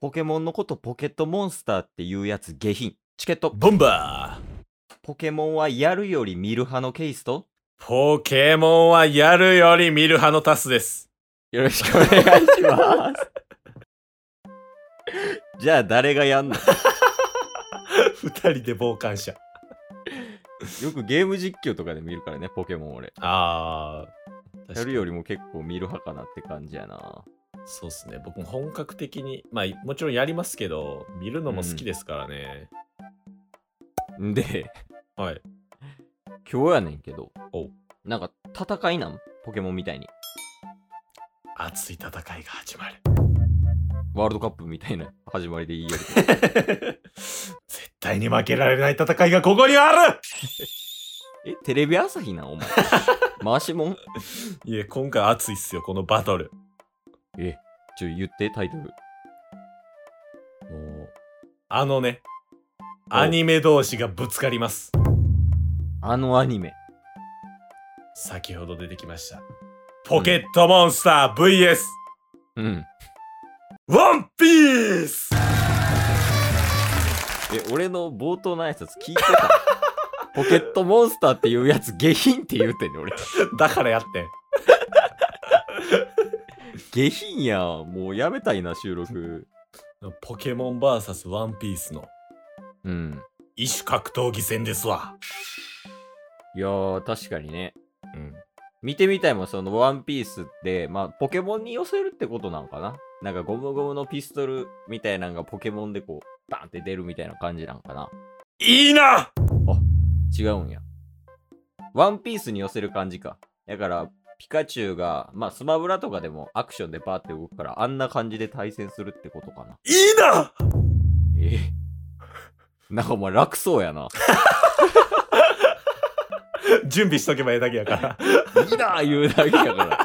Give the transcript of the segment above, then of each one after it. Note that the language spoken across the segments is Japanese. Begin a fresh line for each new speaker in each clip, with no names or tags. ポケモンのことポケットモンスターっていうやつ下品。チケット。
ボンバー
ポケモンはやるより見る派のケイスと
ポケモンはやるより見る派のタスです。
よろしくお願いします。 じゃあ誰がやんの
二人で傍観者。
よくゲーム実況とかで見るからね、ポケモン俺。
ああ。
やるよりも結構見る派かなって感じやな。
そうですね。僕も本格的に、まあもちろんやりますけど、見るのも好きですからね。
んで、
はい。
今日やねんけど、
お
なんか戦いなんポケモンみたいに。
熱い戦いが始まる。
ワールドカップみたいな始まりでいいより。
絶対に負けられない戦いがここにある
え、テレビ朝日なん お前。回しもん
いや、今回熱いっすよ、このバトル。
え、ちょ、言ってタイトル。
もう、あのね、アニメ同士がぶつかります。
あのアニメ。
先ほど出てきました。ポケットモンスター VS、
うん。
ワンピース
え、俺の冒頭の挨拶聞いてたポケットモンスターっていうやつ下品って言うてんねん俺。
だからやってん。
下品やん。もうやめたいな、収録。
ポケモン VS ワンピースの
うん。
異種格闘技戦ですわ。
いやー、確かにね。
うん。
見てみたいもん、そのワンピースって、まあ、ポケモンに寄せるってことなんかななんかゴムゴムのピストルみたいなのがポケモンでこう、バンって出るみたいな感じなんかない
いな
違うんや。ワンピースに寄せる感じか。だから、ピカチュウが、まあ、スマブラとかでもアクションでバーって動くから、あんな感じで対戦するってことかな。
いいな
ええ。なんかお前楽そうやな。
準備しとけばええだけやから。
いいなあ言うだけやから。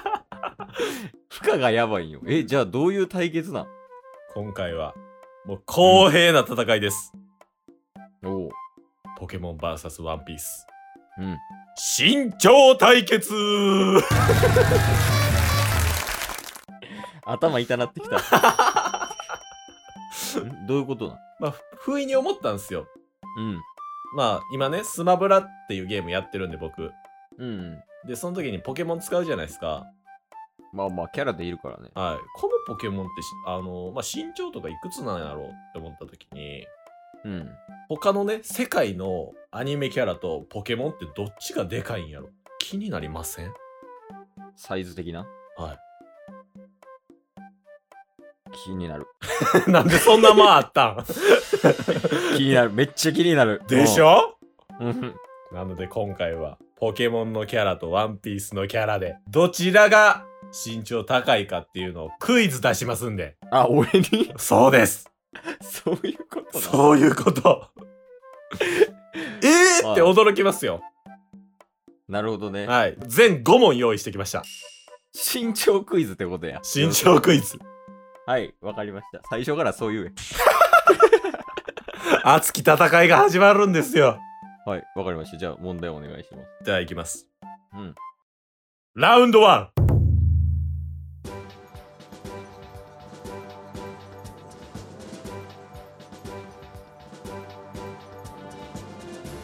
負荷がやばいんよ。え、じゃあどういう対決なん
今回は、もう公平な戦いです。
おう。
ポケモン VS ワンピース。
うん。
身長対決
頭痛なってきた。んどういうことなん
まあ、不意に思ったんですよ。
うん。
まあ、今ね、スマブラっていうゲームやってるんで僕。
うん。
で、その時にポケモン使うじゃないですか。
まあまあ、キャラでいるからね。
はい。このポケモンってし、あの、まあ、身長とかいくつなんやろうって思った時に、
うん。
他のね、世界のアニメキャラとポケモンってどっちがでかいんやろ気になりません
サイズ的な。
はい
気になる。
い。なんでそんなまああったん
気になる。めっちゃ気になる。
でしょ
うんうん。
なので今回は、ポケモンのキャラとワンピースのキャラで、どちらが身長高いかっていうのをクイズ出しますんで。
あ、俺に
そうです
そういうことな
そういう こと。えー、って驚きますよ。
なるほどね。
はい。全5問用意してきました。
身長クイズってことや。
身長クイズ。
はい、わかりました。最初からそういう
熱き戦いが始まるんですよ。
や。はい、わかりました。じゃあ問題お願いします。
では行きます。
うん。
ラウンド 1!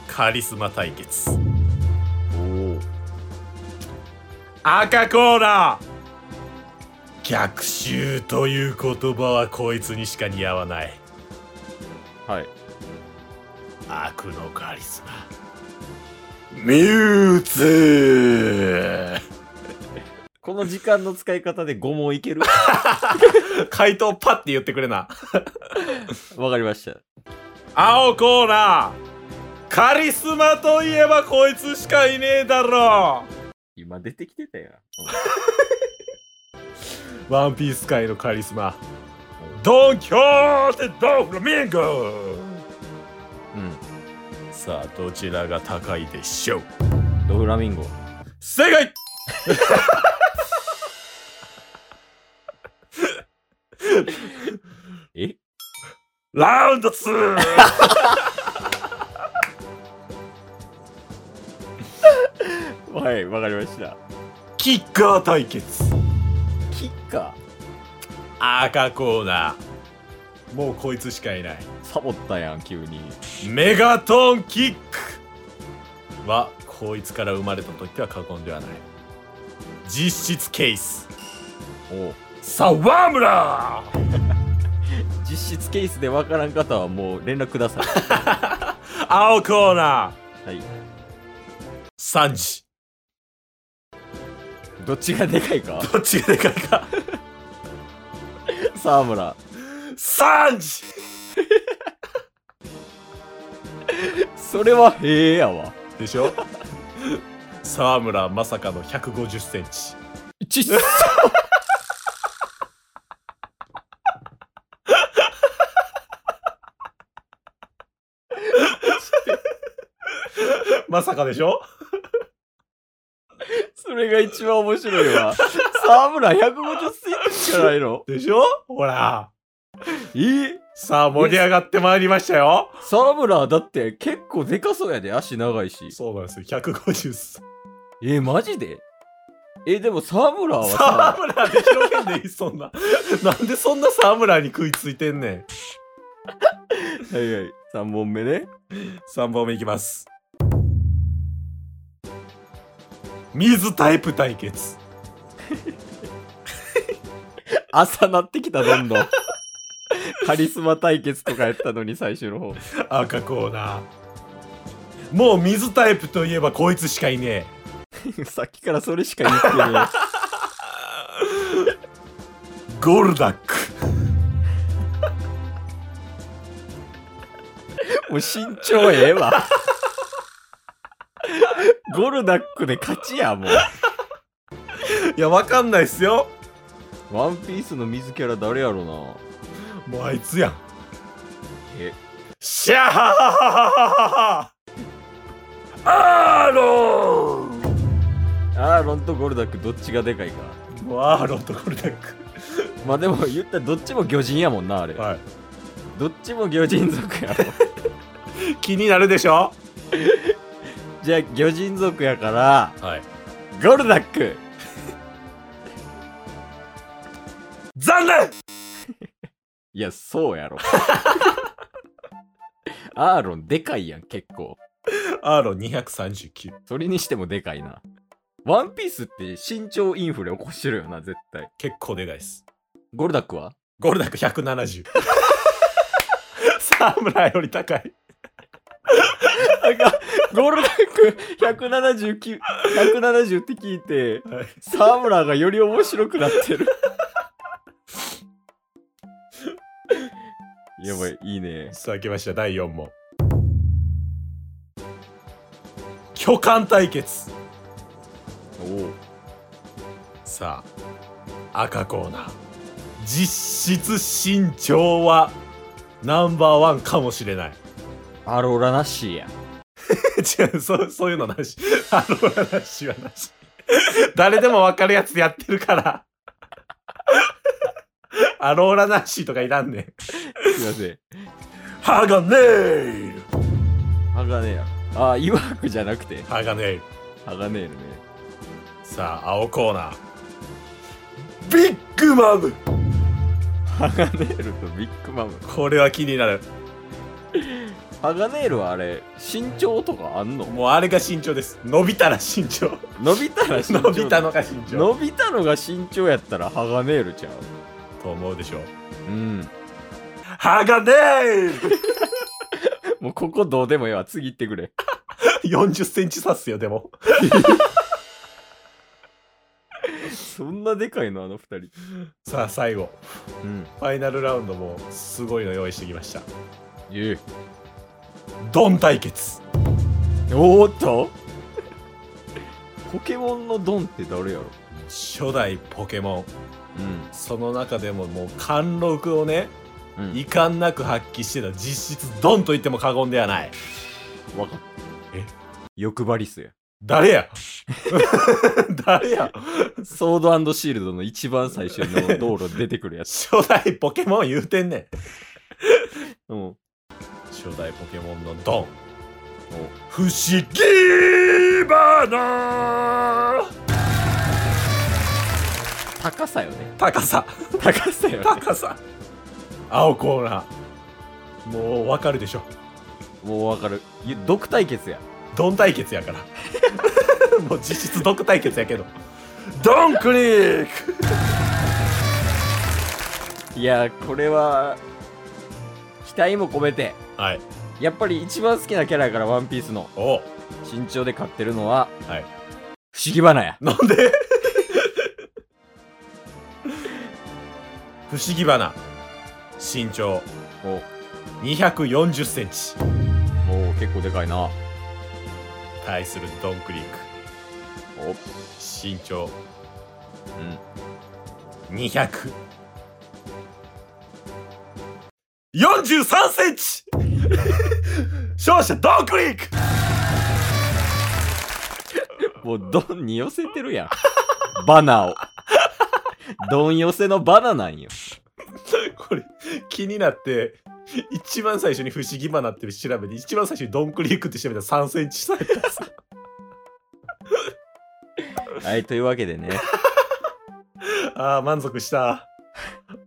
カリスマ対決
おお。
赤コーナー逆襲という言葉はこいつにしか似合わない
はい。
悪のカリスマミュウツ
この時間の使い方で5問いけ る
ー回答パッて言ってくれな
わかりました。
青コーナーカリスマといえばこいつしかいねえだろ
今出てきてたやん。
ワンピース界のカリスマドン・キョーテ・ド・フラミンゴ
うん。
さあどちらが高いでしょう
ドフラミンゴ。
正解
え
ラウンド 2!
はい、わかりました。
キッカー対決
キッカ
赤コーナーもうこいつしかいない
サボったやん、急に。
メガトンキックはこいつから生まれた時は過言ではない実質ケース
おう
さあワームラー
実質ケースでわからん方はもう連絡ください。
青コーナ
はい。
ー3時
どっちがでかいか
どっちがでかいか
沢村。
3時
それはへえやわ。
でしょ沢村まさかの1 5 0センチ
ちっそ
まさかでしょ
それが一番面白いわ。 沢村150センチしかないの。
でしょほら
えー、
さあ盛り上がってまいりましたよ
沢村だって結構でかそうやで、足長いし。
そうなんですよ150センチ
えー、マジでえー、でも 沢村は
沢
さ、
村で広げんでいいそんななんでそんな沢村に食いついてんねん
はいはい、3本目ね。
3本目いきます水タイプ対決
朝なってきた、どん どん。カリスマ対決とかやったのに、最初の方。
赤コーナーもう水タイプといえばこいつしかいねえ
さっきからそれしか言ってね
ゴルダック
え。もう身長ええわ。ゴルダックで勝ちや、もう。
いやわかんないっすよ
ワンピースの水キャラ誰やろな。
もうあいつやん
え、
シャハハハハハアーロン
アーロンとゴルダックどっちがでかいか。
もうアーロンとゴルダック
まあでも言ったらどっちも魚人やもんな、あれ。
はい
どっちも魚人族やろ。
気になるでしょ
じゃあ魚人族やから、
はい
ゴルダック
残念
いや、そう やろ。アーロンでかいやん、結構。
アーロン239
それにしてもでかいな。ワンピースって身長インフレ起こしてるよな、絶対。
結構でかいっす
ゴルダックは
ゴルダック170 沢村より高い
ゴルダック179、170って聞いて、
はい
沢村がより面白くな ってる。やばい、いいね。
さあ来ました第4問巨漢対決
おお。
さあ赤コーナー実質身長はナンバーワンかもしれない
アローラナッシーや。
違うそうそういうのなし あの話はなし誰でも分かるやつやってる からアローラナッシーとかいらんねん
すいません。
ハガネイル
鋼や。ああ、いわくじゃなくて、
ハガネイル
鋼やね。
さあ青コーナービッグマム
ハガネールとビッグマム。
これは気になる
ハガネールはあれ、身長とかあんの
もうあれが身長です伸びたら身長
伸びたら身長。
伸びたのが身長
伸びたのが身長やったらハガネールちゃう。
と思うでしょう
うん。
ハガ ネイル
もうここどうでもええわ。次行ってくれ。
40センチ差っすよでも
そんなでかいのあの二人。
さあ最後
うん。
ファイナルラウンドもすごいの用意してきました
え
ドン対決
え。おーっとポケモンのドンって誰やろ
初代ポケモン
うん。
その中でももう貫禄をね
うん
遺憾なく発揮してた実質ドンと言っても過言ではない
わかった。
え
欲張りっすや。
誰や 誰や
ソードシールドの一番最初の道路出てくるやつ。
初代ポケモン言うてんね ん
うん。お
初代ポケモンのドン不思議花
高さよね。
高さ
高さよね。
高さ青コーナー。もうわかるでしょ。
もうわかる。いや毒対決や。
ドン対決やから。 もう実質毒対決やけど。ドンクリック
いや、これは、期待も込めて、
はい。
やっぱり一番好きなキャラやから、ワンピースの
おう
身長で勝ってるのは、
はい。
不思議花や。
なん で不思議花。身長
おお
240センチ。
う結構でかいな。
対するドンクリック。
お
身長
うん。
243センチ勝者ドンクリック
もう、ドンに寄せてるやん。バナーを。ドン寄せのバナなんよ。
これ気になって一番最初に不思議花って調べて一番最初にドンクリックって調べたら3センチ差やったんですよ
はい、というわけでね。
あー満足した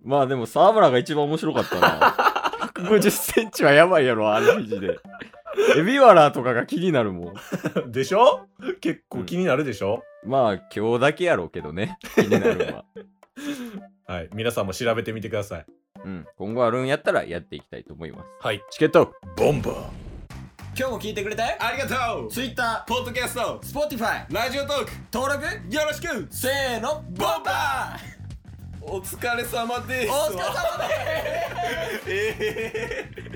まあでも、沢村が一番面白かったな。150センチはやばいやろ、あの肘で。エビワラとかが気になるもん。
でしょ結構気になるでしょ、
まあ、今日だけやろうけどね。気になるのは。
はい皆さんも調べてみてください
うん。今後あるんやったらやっていきたいと思います。
はい
チケット
ボンバー
今日も聞いてくれて
ありがとう
Twitter、
ポッドキャスト
Spotify、
ラジオトーク
登録
よろしく
せーの、ボンバー
お疲れ様です
お疲れ様です
ええ